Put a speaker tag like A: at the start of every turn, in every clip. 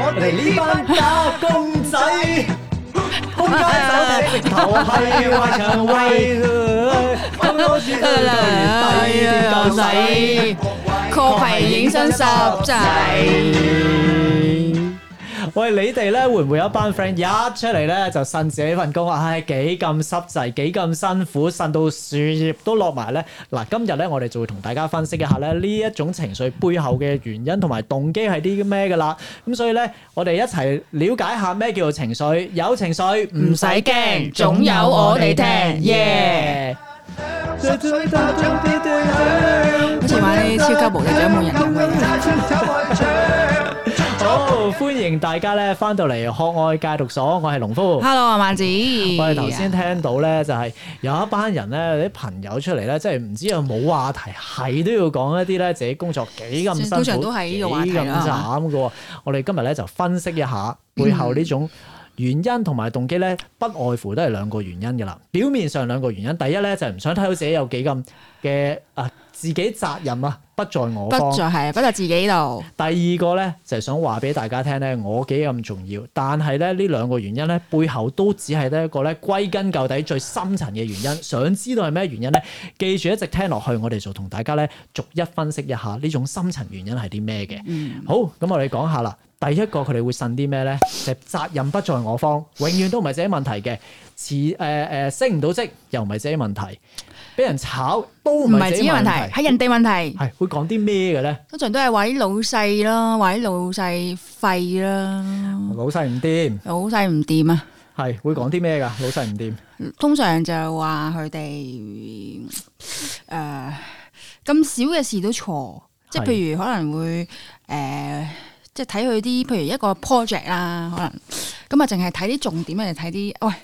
A: 我哋呢班打工仔，公家手直頭係壞腸胃，咁攞住對低調使，
B: 確係影相濕滯。
A: 喂，你哋咧會唔會有一班 friend 一出嚟咧就呻自己份工啊？唉，幾咁濕滯，幾咁辛苦，呻到樹葉都落埋咧。嗱，今日咧我哋就會同大家分析一下咧呢一種情緒背後嘅原因同埋動機係啲咩噶啦。咁所以咧，我哋一齊了解下咩叫做情緒。有情緒
B: 唔使驚總有我哋聽耶！好似玩啲超級無敵獎門人咁嘅嘢。
A: 好，歡迎大家咧翻到嚟學愛戒毒所，我係農夫。
B: Hello，阿萬子，
A: 我哋頭先聽到咧，就係有一班人咧，啲朋友出嚟咧，即係唔知有冇話題，係都要講一啲咧自己工作幾咁辛苦，
B: 通常都係呢個話題
A: 幾咁
B: 啦
A: 慘嘅喎。我哋今日咧就分析一下背後呢種原因同埋動機咧，不外乎都係兩個原因嘅啦。表面上兩個原因，第一咧就係唔想睇到自己有幾咁嘅啊，自己責任啊不在我
B: 不
A: 方。
B: 在係不在自己度，
A: 第二個咧就係、想話俾大家聽咧，我幾咁重要，但係咧呢兩個原因咧背後都只係呢一個咧歸根究底最深層嘅原因。想知道係咩原因咧？記住一直聽落去，我哋就同大家咧逐一分析一下呢種深層原因係啲咩嘅。好，咁我哋講下啦。第一個佢哋會信啲咩咧？就係、責任不在我方，永遠都唔係自己問題嘅。辭誒誒升唔到職又唔係自己問題，俾人炒都唔
B: 唔係
A: 係
B: 自
A: 自
B: 己
A: 己
B: 問
A: 問
B: 題，
A: 題。
B: 係人哋問題。
A: 係會講啲咩嘅咧？
B: 通常都係話啲老細啦，話啲老細廢啦，
A: 老細唔掂。
B: 老細唔掂啊。
A: 係會講啲咩㗎？老細唔掂，
B: 通常就話佢哋誒咁少嘅事都錯，即係
A: 係
B: 譬如可能會誒、呃即係睇佢啲譬如一個 project 啦，可能咁啊，淨係睇啲重點，人哋睇啲喂，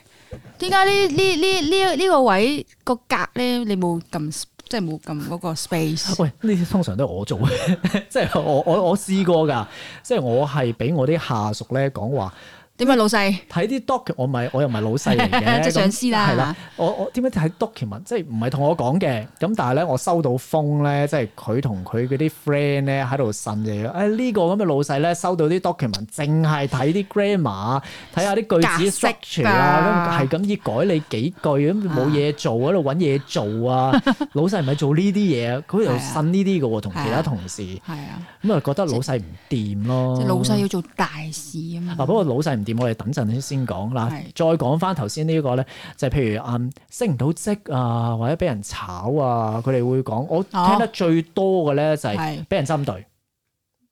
B: 點解呢呢呢呢呢個位個格咧，你冇咁即係冇咁嗰個 space，
A: 喂，呢啲通常都係我做嘅， 即係我我我試過㗎，即係我係俾我啲下屬咧講話，
B: 點啊老細？
A: 睇啲 doc，我咪我又唔係老細嚟嘅，
B: 即係上
A: 咁
B: 司啦
A: 係啦，我我點解睇 document，即係唔係同我講嘅，咁但係咧我收到風咧，即係佢同佢嗰啲 friend 咧喺度呻嘢，誒呢個咁嘅老細咧收到啲 document，淨係睇啲 grammar，睇下啲句子
B: 格式
A: structure 啊，咁係咁意改你幾句，咁冇嘢做喺度揾嘢做啊，老細唔係做呢啲嘢，啊佢又呻呢啲嘅喎，同其
B: 係啊
A: 他同事，
B: 係啊，
A: 咁啊覺得老細唔掂咯，
B: 即係老細要做大事啊嘛。
A: 哦嗱，不過老細唔掂，我哋等陣先講啦
B: 係。
A: 再講翻頭先呢個咧，就係譬如嗯升唔到職啊，或者俾人炒啊，佢哋會講。我聽得最多嘅咧就係
B: 哦係
A: 俾人針對，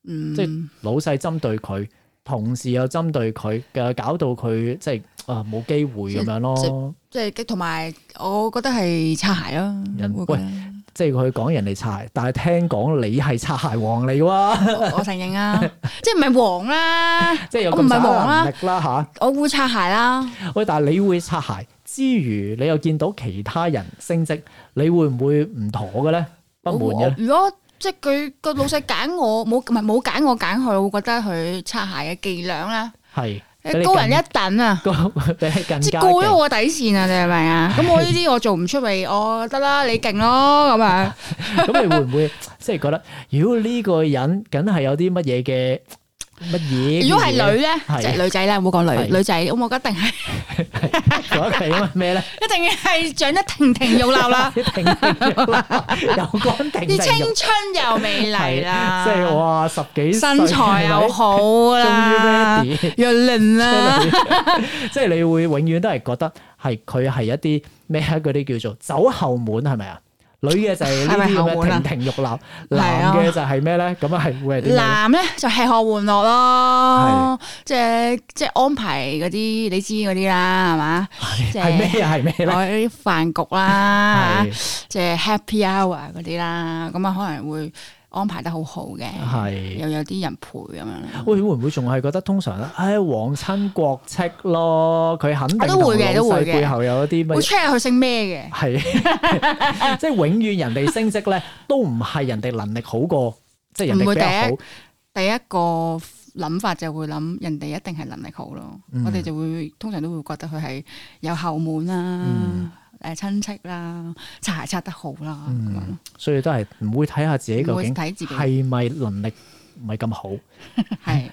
B: 嗯，
A: 即係老細針對佢，同事又針對佢，嘅搞到佢即係啊冇機會咁樣
B: 即
A: 咯。
B: 即係同埋，我覺得係擦鞋咯。
A: 人
B: 會
A: 喂
B: 覺得
A: 即係佢講人哋擦鞋，但係聽講你係擦鞋王嚟喎，
B: 我我承認啊，即係唔係黃啦，
A: 即係有
B: 哦我唔
A: 咁
B: 係
A: 大
B: 王啦
A: 能力啦嚇。
B: 我會擦鞋啦，
A: 喂，但係你會擦鞋之餘，你又見到其他人升職，你會唔會唔妥嘅咧？不
B: 我
A: 滿嘅咧？
B: 會如果即係佢個老細揀我，冇唔係冇揀我揀佢，我會覺得佢擦鞋嘅伎倆啦，
A: 係俾你
B: 高人
A: 更
B: 一等 啊！
A: 高，俾你更
B: 即
A: 加
B: 係過咗
A: 勁
B: 我底線啊！你係 咪啊？咁我呢啲我做唔出咪，我得啦，你勁咯 咁樣。
A: 咁你會唔會 即係覺得，妖呢個人梗係有啲乜嘢嘅乜嘢？
B: 如果 係女咧，
A: 係
B: 即係女仔啦，唔好講女
A: 係
B: 女仔，我覺得一定係
A: 嗰係因為咩咧？
B: 一定係長得亭亭 玉立啦，
A: 啲停停啦，有乾停
B: 啲
A: 停
B: 青春又美麗啦，
A: 即係哇十幾歲
B: 身材又好啊啦
A: 終於 ready，
B: 若麟啦，
A: 即係你會永遠都係覺得係佢係一啲咩啊嗰啲叫做走後門係咪啊？女嘅就係呢啲
B: 係咪
A: 咁
B: 後
A: 嘅
B: 門啊
A: 亭亭玉立，
B: 係啊
A: 男嘅就係咩咧？咁啊係會係啲咩呢？
B: 男咧就吃喝玩樂咯，即係即係安排嗰啲你知嗰啲啦，係嘛？即
A: 係咩啊？係咩咧？
B: 我啲飯局啦，
A: 係
B: 即係 happy hour 嗰啲啦，咁啊可能會安排得好好嘅，
A: 係
B: 又有啲人陪咁樣啦。
A: 喂，會唔會仲係覺得通常咧？唉，皇親國戚咯，佢肯定
B: 啊都會
A: 同老
B: 嘅都會
A: 細
B: 嘅
A: 背後有一啲
B: 會
A: 乜
B: check 下佢姓咩
A: 係， 即係永遠人哋升職咧，都唔係人哋能力好過，即係人
B: 唔
A: 哋
B: 會
A: 比較
B: 第一
A: 好。
B: 嘅，第一個諗法就會諗人哋一定係能力好咯，
A: 嗯
B: 我哋就會通常都會覺得佢係有後門啦
A: 嗯。
B: 誒親戚啦，擦鞋擦得好啦，咁樣咯
A: 所以都係唔會睇下自己究
B: 唔會
A: 竟
B: 睇自己
A: 係咪能力唔係咁好。
B: 係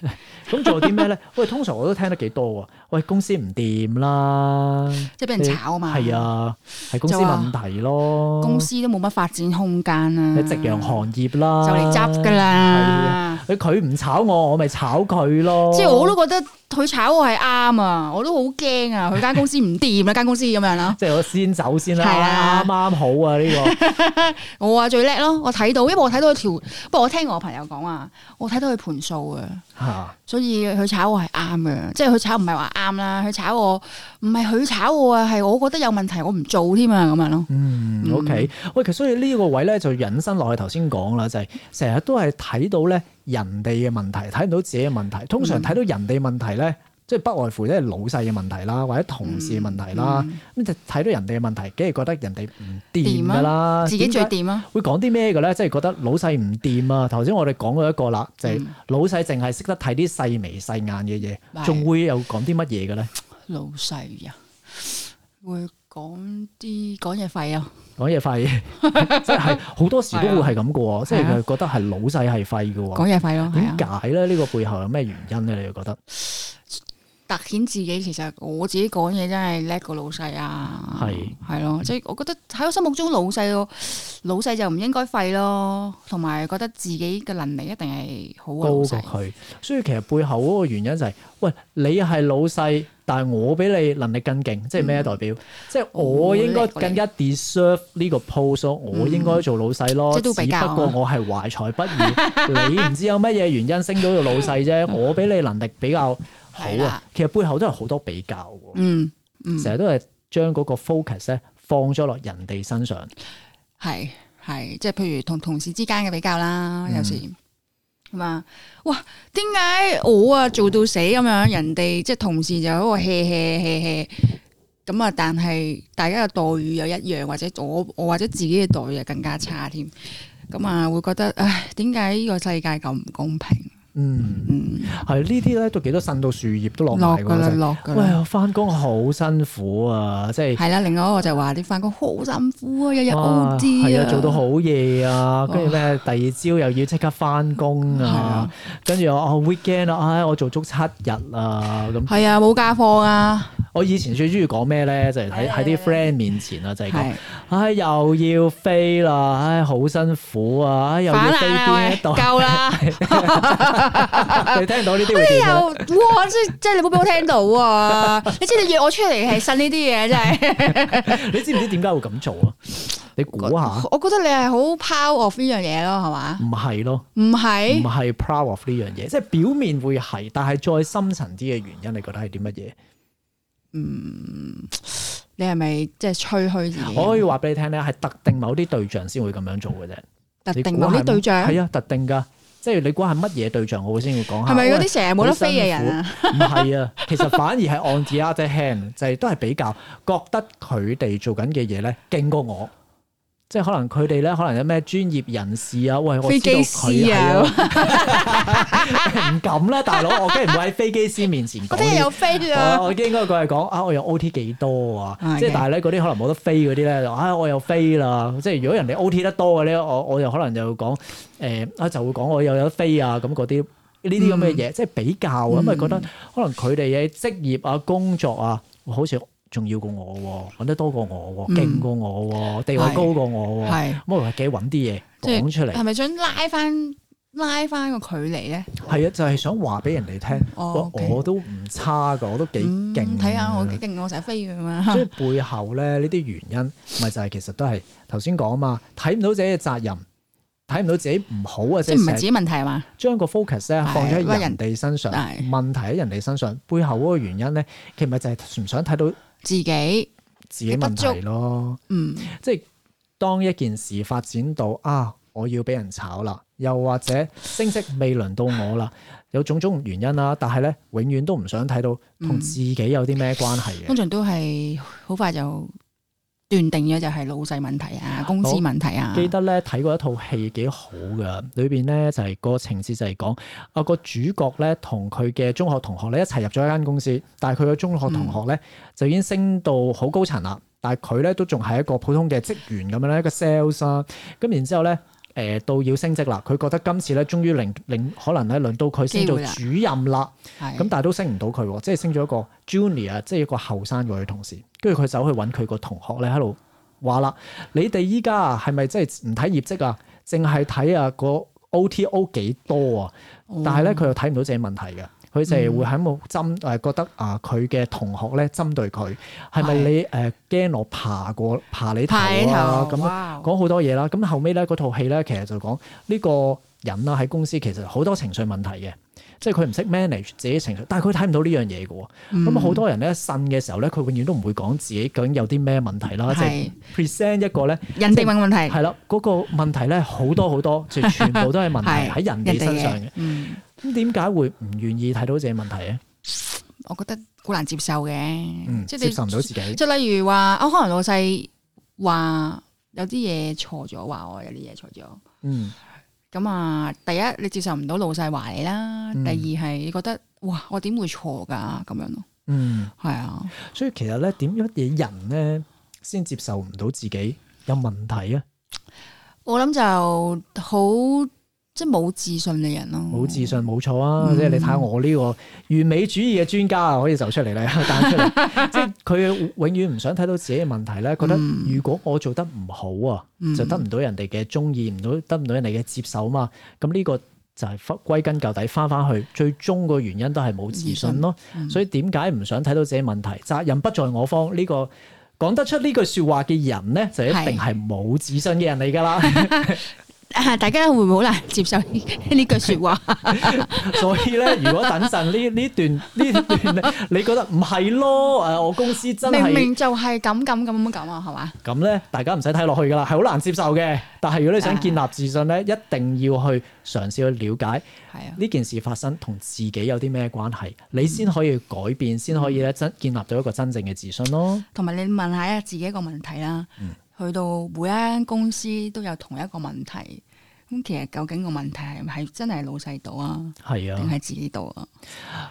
A: 咁做啲咩咧？喂，通常我都聽得幾多喎。喂，公司唔掂啦，
B: 即係俾人炒嘛。
A: 係，啊，係公司
B: 就話
A: 問題咯。
B: 公司都冇乜發展空間啦。
A: 你夕陽行業啦，
B: 就嚟執㗎啦。
A: 係啊。佢佢唔炒我，我咪炒佢咯。
B: 即係我都覺得佢炒我係啱啊，我都好驚啊！佢間公司唔掂 啦，間公司咁樣啦，
A: 即係我先走先啦，
B: 係啊
A: 啱啱好啊 呢個。
B: 我話最叻咯，我睇到，因為我睇到佢條，不過我聽我朋友講話，我睇到佢盤數啊，
A: 嚇
B: 所以佢炒我係啱嘅，即係佢炒唔係話啱啦，佢炒我唔係佢炒我啊，係我覺得有問題，我唔做添啊，咁樣咯，
A: 嗯，OK，喂，其實所以呢個位咧就引申落去頭先講啦，就係成日都係睇到咧人哋嘅問題，睇唔到自己嘅問題。通
B: 嗯
A: 常睇到人哋問題咧，即係不外乎都係老細嘅問題啦，或者同事嘅問題啦。
B: 嗯
A: 咁就睇到人哋嘅問題，梗係覺得人哋唔掂㗎啦，
B: 自己
A: 點解
B: 最掂啊，
A: 會講啲咩嘅咧？即係覺得老細唔掂啊！頭先我哋講過一個啦，就係、
B: 嗯
A: 老細淨係識得睇啲細眉細眼嘅嘢，
B: 係
A: 仲會有講啲乜嘢嘅咧？
B: 老細啊，會講啲講嘢廢啊，
A: 講嘢 廢，即係好多時都會係咁嘅喎，即係
B: 係
A: 佢覺得係老細係廢嘅喎。
B: 講嘢廢咯，係啊
A: 點。解咧？呢個背後有咩原因咧？你又覺得
B: 凸顯自己，其實我自己講嘢真係叻過老細啊，
A: 係
B: 係咯，即係我覺得喺我心目中老細個老細就唔應該廢咯，同埋覺得自己嘅能力一定係好過
A: 高
B: 老
A: 過
B: 細，
A: 佢？所以其實背後嗰個原因就係、喂，你係老細，但係我比你能力更勁，即係咩代
B: 嗯
A: 表？即係我應該更加 deserve 呢個 post，咯我應該做老細咯。
B: 嗯即係都比較
A: 只不
B: 啊
A: 過我係懷才不遇，你唔知有乜嘢原因升到做老細啫。我比你能力比較好
B: 係
A: 啊
B: 啦。
A: 其實背後都有好多比較喎。
B: 嗯嗯，
A: 成日都係將嗰個 focus 咧放咗落人哋身上。
B: 係係，即係譬如同同事之間嘅比較啦，
A: 嗯
B: 有時咁啊，哇，點解我啊做到死咁樣，人哋即係同事就喺度 hea hea hea hea。咁啊，但係大家嘅待遇又一樣，或者我我或者自己嘅待遇又更加差添。咁啊，會覺得唉，點解呢個世界咁唔公平？
A: 嗯，
B: 嗯，
A: 係呢啲咧都幾多呻到樹葉都落
B: 落
A: 埋
B: 噶啦，
A: 㗎。
B: 落噶
A: 喂，
B: 啦。
A: 我翻工好辛苦啊，即係
B: 係啦，另外一個就話你翻工好辛苦啊，日日 O
A: 哇
B: T
A: 係
B: 啊，
A: 啊，做到好夜啊，
B: 哇
A: 跟住咧第二朝又要即刻翻工
B: 係
A: 啊
B: 啊，
A: 跟住我我 weekend 啊，唉，我做足七日啊咁。
B: 係啊，冇假放啊，
A: 我以前最中意講咩咧，就係喺
B: 係
A: 喺啲
B: 係
A: friend 面前啊，就係講。
B: 係
A: 唉，又要飛啦！唉，好辛苦啊！唉，又要
B: 反
A: 飛
B: 眼
A: 邊一
B: 啊，喂，
A: 度？
B: 夠啦！
A: 你聽到呢啲會
B: 你
A: 點
B: 又
A: 咧？
B: 哇，即係即係你冇俾我聽到 啊！你知你約我出嚟係信呢啲嘢，真係。
A: 你知唔知點解會咁做啊？你估下，
B: 我覺得你係好 power of 呢樣嘢咯，係嘛？
A: 唔係咯，
B: 唔係
A: 唔。係 proud of 呢樣嘢，即係表面會係，但係再深層啲嘅原因，你覺得係啲乜嘢？
B: 你係咪即係吹噓自己？
A: 我可以話俾你聽咧，係特定某啲對象先會咁樣做嘅啫。
B: 特
A: 你
B: 定
A: 估
B: 某
A: 下
B: 啲對象，
A: 係啊，特定㗎，即係你估下乜嘢對象我先會講下？
B: 係咪嗰
A: 喂
B: 啲成日冇得飛嘅人啊？
A: 唔係啊，其實反而係 on the other hand，就係都係比較覺得佢哋做緊嘅嘢咧勁過我，即係可能佢哋咧可能有咩專業人士啊，喂，我
B: 飛
A: 知道
B: 機
A: 佢
B: 師
A: 係
B: 啊
A: 啊， 唔敢啦，大佬，我梗係唔會喺飛機師面前 講
B: 我聽日
A: 呢啲。
B: 有飛
A: 我
B: 啊！
A: 我應該佢係講啊，我有 O T 幾多啊
B: 啊，
A: 即係
B: OK
A: 但係咧嗰啲可能冇得飛嗰啲咧，就啊我又飛啦，即係如果人哋 O T 得多嘅咧，我我又可能就講誒啊就會講我又有得飛啊咁嗰啲呢啲咁嘅
B: 嗯
A: 嘢，即係比較啊，因為覺得可能佢哋嘅職業啊、工作啊，好似仲要過我喎，揾得多過我喎，
B: 嗯
A: 勁過我喎，地位
B: 係
A: 高過我喎，
B: 係
A: 咁我話幾揾啲嘢
B: 即係
A: 講出嚟，
B: 係咪想拉翻拉翻個距離咧？
A: 係啊，就係想話俾人哋聽，
B: 哦
A: 我
B: OK
A: 我都唔差噶，我都幾
B: 嗯
A: 勁，
B: 睇下我幾勁，我成日飛㗎 嘛。
A: 所以背後咧呢啲原因，咪就係其實都係頭先講啊嘛，睇唔到自己嘅責任，睇唔到自己唔好啊，
B: 即
A: 即
B: 係唔
A: 係
B: 係自
A: 成日
B: 己問題係嘛？
A: 將個 focus 咧
B: 係
A: 放咗
B: 屈
A: 喺人
B: 人
A: 哋身上，
B: 係
A: 問題喺人哋身上，背後嗰個原因咧，其實咪就係唔想睇到
B: 自己
A: 自己問題咯。
B: 嗯
A: 即係當一件事發展到啊，我要俾人炒啦，又或者升職未輪到我啦，有種種原因啦，但係咧永遠都唔想睇到同
B: 嗯
A: 自己有啲咩關係嘅。
B: 通常都係好快就斷定咗就係老細問題啊，公司問題啊。
A: 記得咧睇過一套戲幾好噶，裏邊咧就係、個情節就係講啊個主角咧同佢嘅中學同學咧一齊入咗一間公司，但係佢嘅中學同學咧、
B: 嗯
A: 就已經升到好啊高層啦，但係佢咧都仲係一個普通嘅職員咁樣咧，一個 sales 啦、咁然之後咧誒、誒、到要升職啦，佢覺得今次咧終於令令可能咧輪到佢升做
B: 機會啦
A: 主任啦，
B: 係
A: 咁但係都升唔到佢喎，即係升咗一個 junior，即係一個後生過佢同事，跟住佢走去揾佢個同學咧喺度話啦：你哋依家啊係咪真係唔睇業績啊，淨係睇啊個 OTO 幾多啊？但係咧佢又睇唔到自己問題嘅。佢就係會喺度針誒覺得啊，佢嘅同學咧針對佢係咪
B: 係
A: 你誒驚我爬過爬你頭
B: 派
A: 啊
B: 頭
A: 咁
B: 哇
A: 講好多嘢啦。咁後尾咧，嗰套戲咧，其實就講呢個人啦，喺公司其實好多情緒問題嘅，即係佢唔識 manage 自己情緒，但係佢睇唔到呢樣嘢嘅喎。咁好、多人咧呻嘅時候咧，佢永遠都唔會講自己究竟有啲咩問題啦，
B: 係
A: 即係 present 一個咧
B: 人哋問問題
A: 係啦，嗰、個問題咧好多好多，就全部都係問題
B: 係
A: 喺人哋身上嘅
B: 嘅。，嗯，
A: 咁點解會唔願意睇到自己問題咧？
B: 我覺得好難接受嘅，
A: 嗯，
B: 即係
A: 接
B: 你
A: 受唔到自己。
B: 即係例如話，我可能老細話有啲嘢錯咗，話我有啲嘢錯咗。
A: 嗯
B: 咁啊，第一你接受唔到老細話你啦，
A: 嗯
B: 第二係你覺得哇，我點會錯㗎咁樣咯，
A: 嗯。
B: 係啊，
A: 所以其實咧，點樣嘢人咧先接受唔到自己有問題啊？
B: 我諗就好即係冇自信嘅人咯，
A: 冇自信冇錯啊！即係你睇下我呢個完美主義嘅專家啊，可以走出嚟咧，彈出嚟，即係佢永遠唔想睇到自己嘅問題咧，覺得如果我做得唔好啊，
B: 嗯
A: 就得唔到人哋嘅中意，唔到得唔到人哋嘅接受啊嘛。咁呢個就係返歸根究底翻翻去，最終個原因都係冇自信咯。所以點解唔想睇到自己問題？責任不在我方呢、個。講得出呢句説話嘅人咧，就一定係冇自信嘅人嚟㗎啦。
B: 大家會唔會好難接受呢呢句説話？
A: 所以 咧，如果等陣呢呢段呢段呢，你覺得唔係咯？誒，我公司 真
B: 明
A: 係
B: 明就係咁咁咁咁咁啊，係嘛？
A: 咁咧，大家唔使睇落去噶啦，係好難接受嘅。但係如果你想建立自信咧，一定要去嘗試去了解
B: 係啊，
A: 呢件事發生同自己有啲咩關係，你先可以改變，先可以咧真建立到一個真正嘅自信咯。
B: 同埋你問下自己一個問題啦，
A: 嗯
B: 去到每一間公司都有同一個問題，咁其實究竟個問題係係真係老細度啊，
A: 係啊
B: 定。係自己度啊？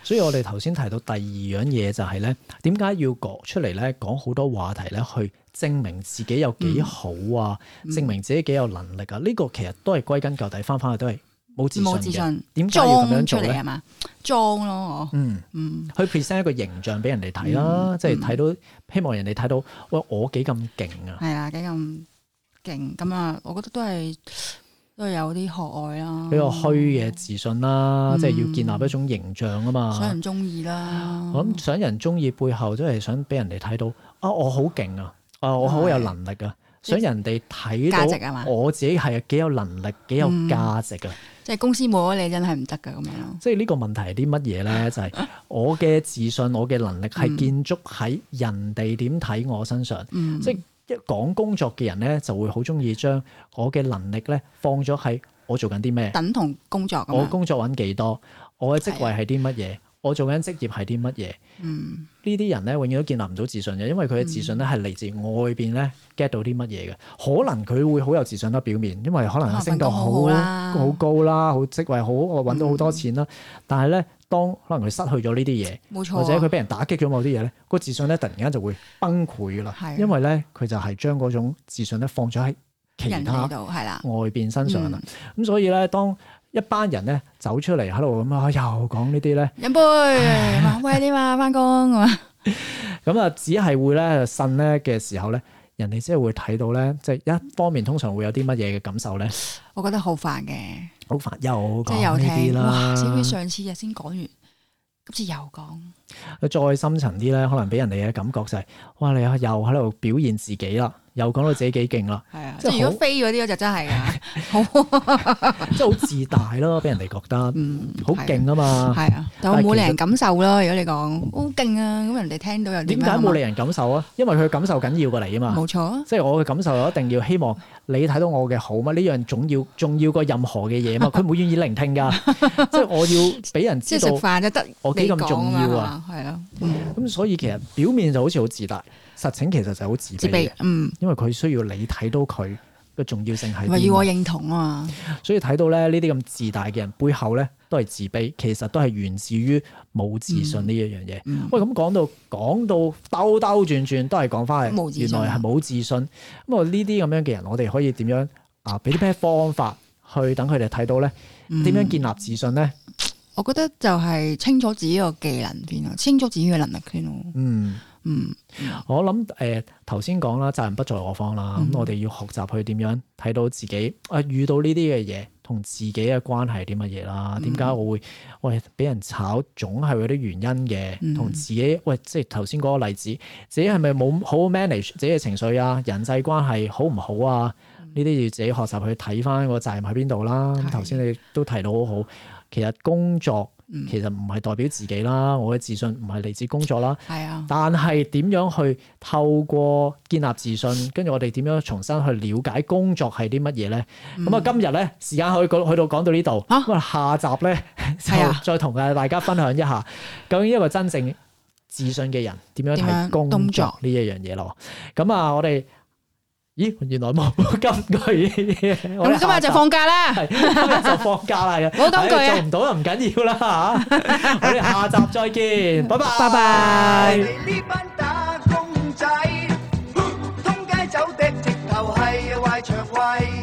A: 所以我哋頭先提到第二樣嘢就係咧，點解要講出嚟咧講好多話題咧，去證明自己有
B: 嗯
A: 幾好啊，證明自己幾有能力啊？呢、個其實都係歸根究底翻翻去都係冇自
B: 冇自
A: 信嘅。
B: 信，
A: 點解要咁樣
B: 裝出
A: 做
B: 嚟
A: 咧
B: 係嘛？裝咯，我
A: 嗯，
B: 嗯
A: 去 present 一個形象俾人哋睇啦，即係睇到希望人哋睇到，喂，我幾咁勁啊！
B: 係啦，幾咁勁咁啊！我覺得都係都係有啲可愛啦，
A: 比較虛嘅自信啦，即係要建立一種形象啊嘛。
B: 所以人中意啦。
A: 我諗想人中意背後都係想俾人哋睇到啊，我好勁啊，啊我好有能力啊，想人哋睇
B: 哦價值啊嘛嗯
A: 到我自己係幾有能力、幾有價值啊。
B: 即係公司冇咗你真係唔得噶咁樣咯。
A: 即係呢個問題係啲乜嘢 咧？就係、我嘅自信、我嘅能力係建築喺人哋點睇我身上。
B: 嗯
A: 即係一講工作嘅人咧，就會好中意將我嘅能力咧放咗喺我做緊啲咩。
B: 等同工作咁
A: 我
B: 樣。
A: 工作揾幾多，我嘅職位
B: 啊
A: 係啲乜嘢，我做緊職業係啲乜嘢。
B: 嗯，
A: 呢啲人咧，永遠都建立唔到自信嘅，因為佢嘅自信咧係嚟自外邊咧 get 到啲乜嘢嘅。可能佢會好有自信啦，表面，因為可能升到好
B: 可能份工好好啦嗯
A: 好高啦，好職位好，我揾到好多錢啦。但係咧，當可能佢失去咗呢啲嘢，
B: 冇錯
A: 或
B: 啊。
A: 者佢俾人打擊咗某啲嘢咧，個自信咧突然間就會崩潰噶啦
B: 係啊。
A: 因為咧，佢就係將嗰種自信咧放咗喺其
B: 人
A: 他
B: 哋度係啦，
A: 外邊身上啦
B: 嗯。
A: 咁、所以咧，當一班人咧走出嚟喺度咁啊，又講呢啲咧。
B: 飲杯咁啊喂你 嘛翻工咁啊，
A: 咁啊，只係會咧呻咧嘅時候咧，人哋先係會睇到咧，即係一方面通常會有啲乜嘢嘅感受 咧，
B: 我覺得好煩嘅，
A: 好煩，又
B: 即
A: 講
B: 係又
A: 呢啲
B: 聽哇，死佢
A: 啦。
B: 上次日先講完，今次又講，
A: 再深層啲咧，可能俾人哋嘅感覺就係、哇，你又喺度表現自己啦，又講到自己幾勁啦，
B: 係啊，
A: 即
B: 即
A: 係
B: 係如
A: 好
B: 果飛嗰啲就真係 噶，好
A: 即係好自大咯，俾人哋覺得
B: 嗯
A: 好，勁啊嘛。
B: 係啊，但係冇令人感受咯。如果你講好勁啊，咁人哋聽到又
A: 點
B: 點
A: 解
B: 啊
A: 冇？令人感受啊？因為佢感受緊要過你啊嘛。
B: 冇錯啊，
A: 即係我嘅感受，我一定要希望你睇到我嘅好嘛？呢樣總要重要過任何嘅 嘢嘛。佢唔會願意聆聽㗎，即係我要俾人
B: 即
A: 知
B: 係食
A: 道。
B: 飯就得
A: 我幾咁重要啊哦
B: 啊，係咯，嗯
A: 咁所以其實表面就好似好自大，實情其實就好自
B: 自
A: 卑
B: 卑
A: 嘅，，
B: 嗯，
A: 因為佢需要你睇到佢嘅重要性係
B: 咪要
A: 邊
B: 我
A: 啊。
B: 認同啊嘛，
A: 所以睇到咧呢啲咁自大嘅人背後咧都係自卑，其實都係源自於冇自信呢一樣嘢。
B: 嗯
A: 喂，咁講到講到兜兜轉轉都係講翻
B: 冇自
A: 係
B: 信
A: 原來係冇自信。咁啊呢啲咁樣嘅人，我哋可以點樣啊，俾啲咩方法去等佢哋睇到咧，點樣建立自信咧？
B: 嗯我覺得就係清楚自己個技能先咯，清楚自己嘅能力先咯。
A: 嗯。
B: 嗯，
A: 我諗誒頭先講啦，責任不在我方啦，咁、
B: 嗯
A: 我哋要學習去點樣睇到自己啊遇到呢啲嘅嘢，同自己嘅關係係啲乜嘢啦？
B: 嗯
A: 點解、我會喂俾人炒，總係有啲原因嘅，
B: 嗯
A: 同、自己喂即係頭先嗰個例子，自己係咪冇好好 manage 自己嘅情緒啊？人際關係好唔好啊？呢啲要自己學習去睇翻個責任喺邊度啦。咁
B: 嗯係
A: 頭先你都提到好好，其實工作
B: 嗯
A: 其實唔係代表自己啦，我嘅自信唔係嚟自工作啦。
B: 係啊，
A: 但係點樣去透過建立自信，跟住我哋點樣重新去了解工作係啲乜嘢咧？
B: 嗯
A: 咁啊、今日咧時間去到去到講到呢度，
B: 嚇
A: 咁啊下集咧
B: 係啊
A: 就再同誒大家分享一下，究竟一個真正自信嘅人點樣
B: 點
A: 睇
B: 樣
A: 工
B: 工
A: 作
B: 作
A: 呢一樣嘢咯？咁啊，我哋咦原來冇 金句，我哋
B: 咁今日就
A: 下集
B: 放假啦，
A: 係今日就放假啦，
B: 冇金句啊
A: 唉做唔到就唔緊要啦嚇，我哋下集再 見，拜拜，
B: 拜拜。
C: 你呢班打工仔，通街走的直頭係壞腸胃。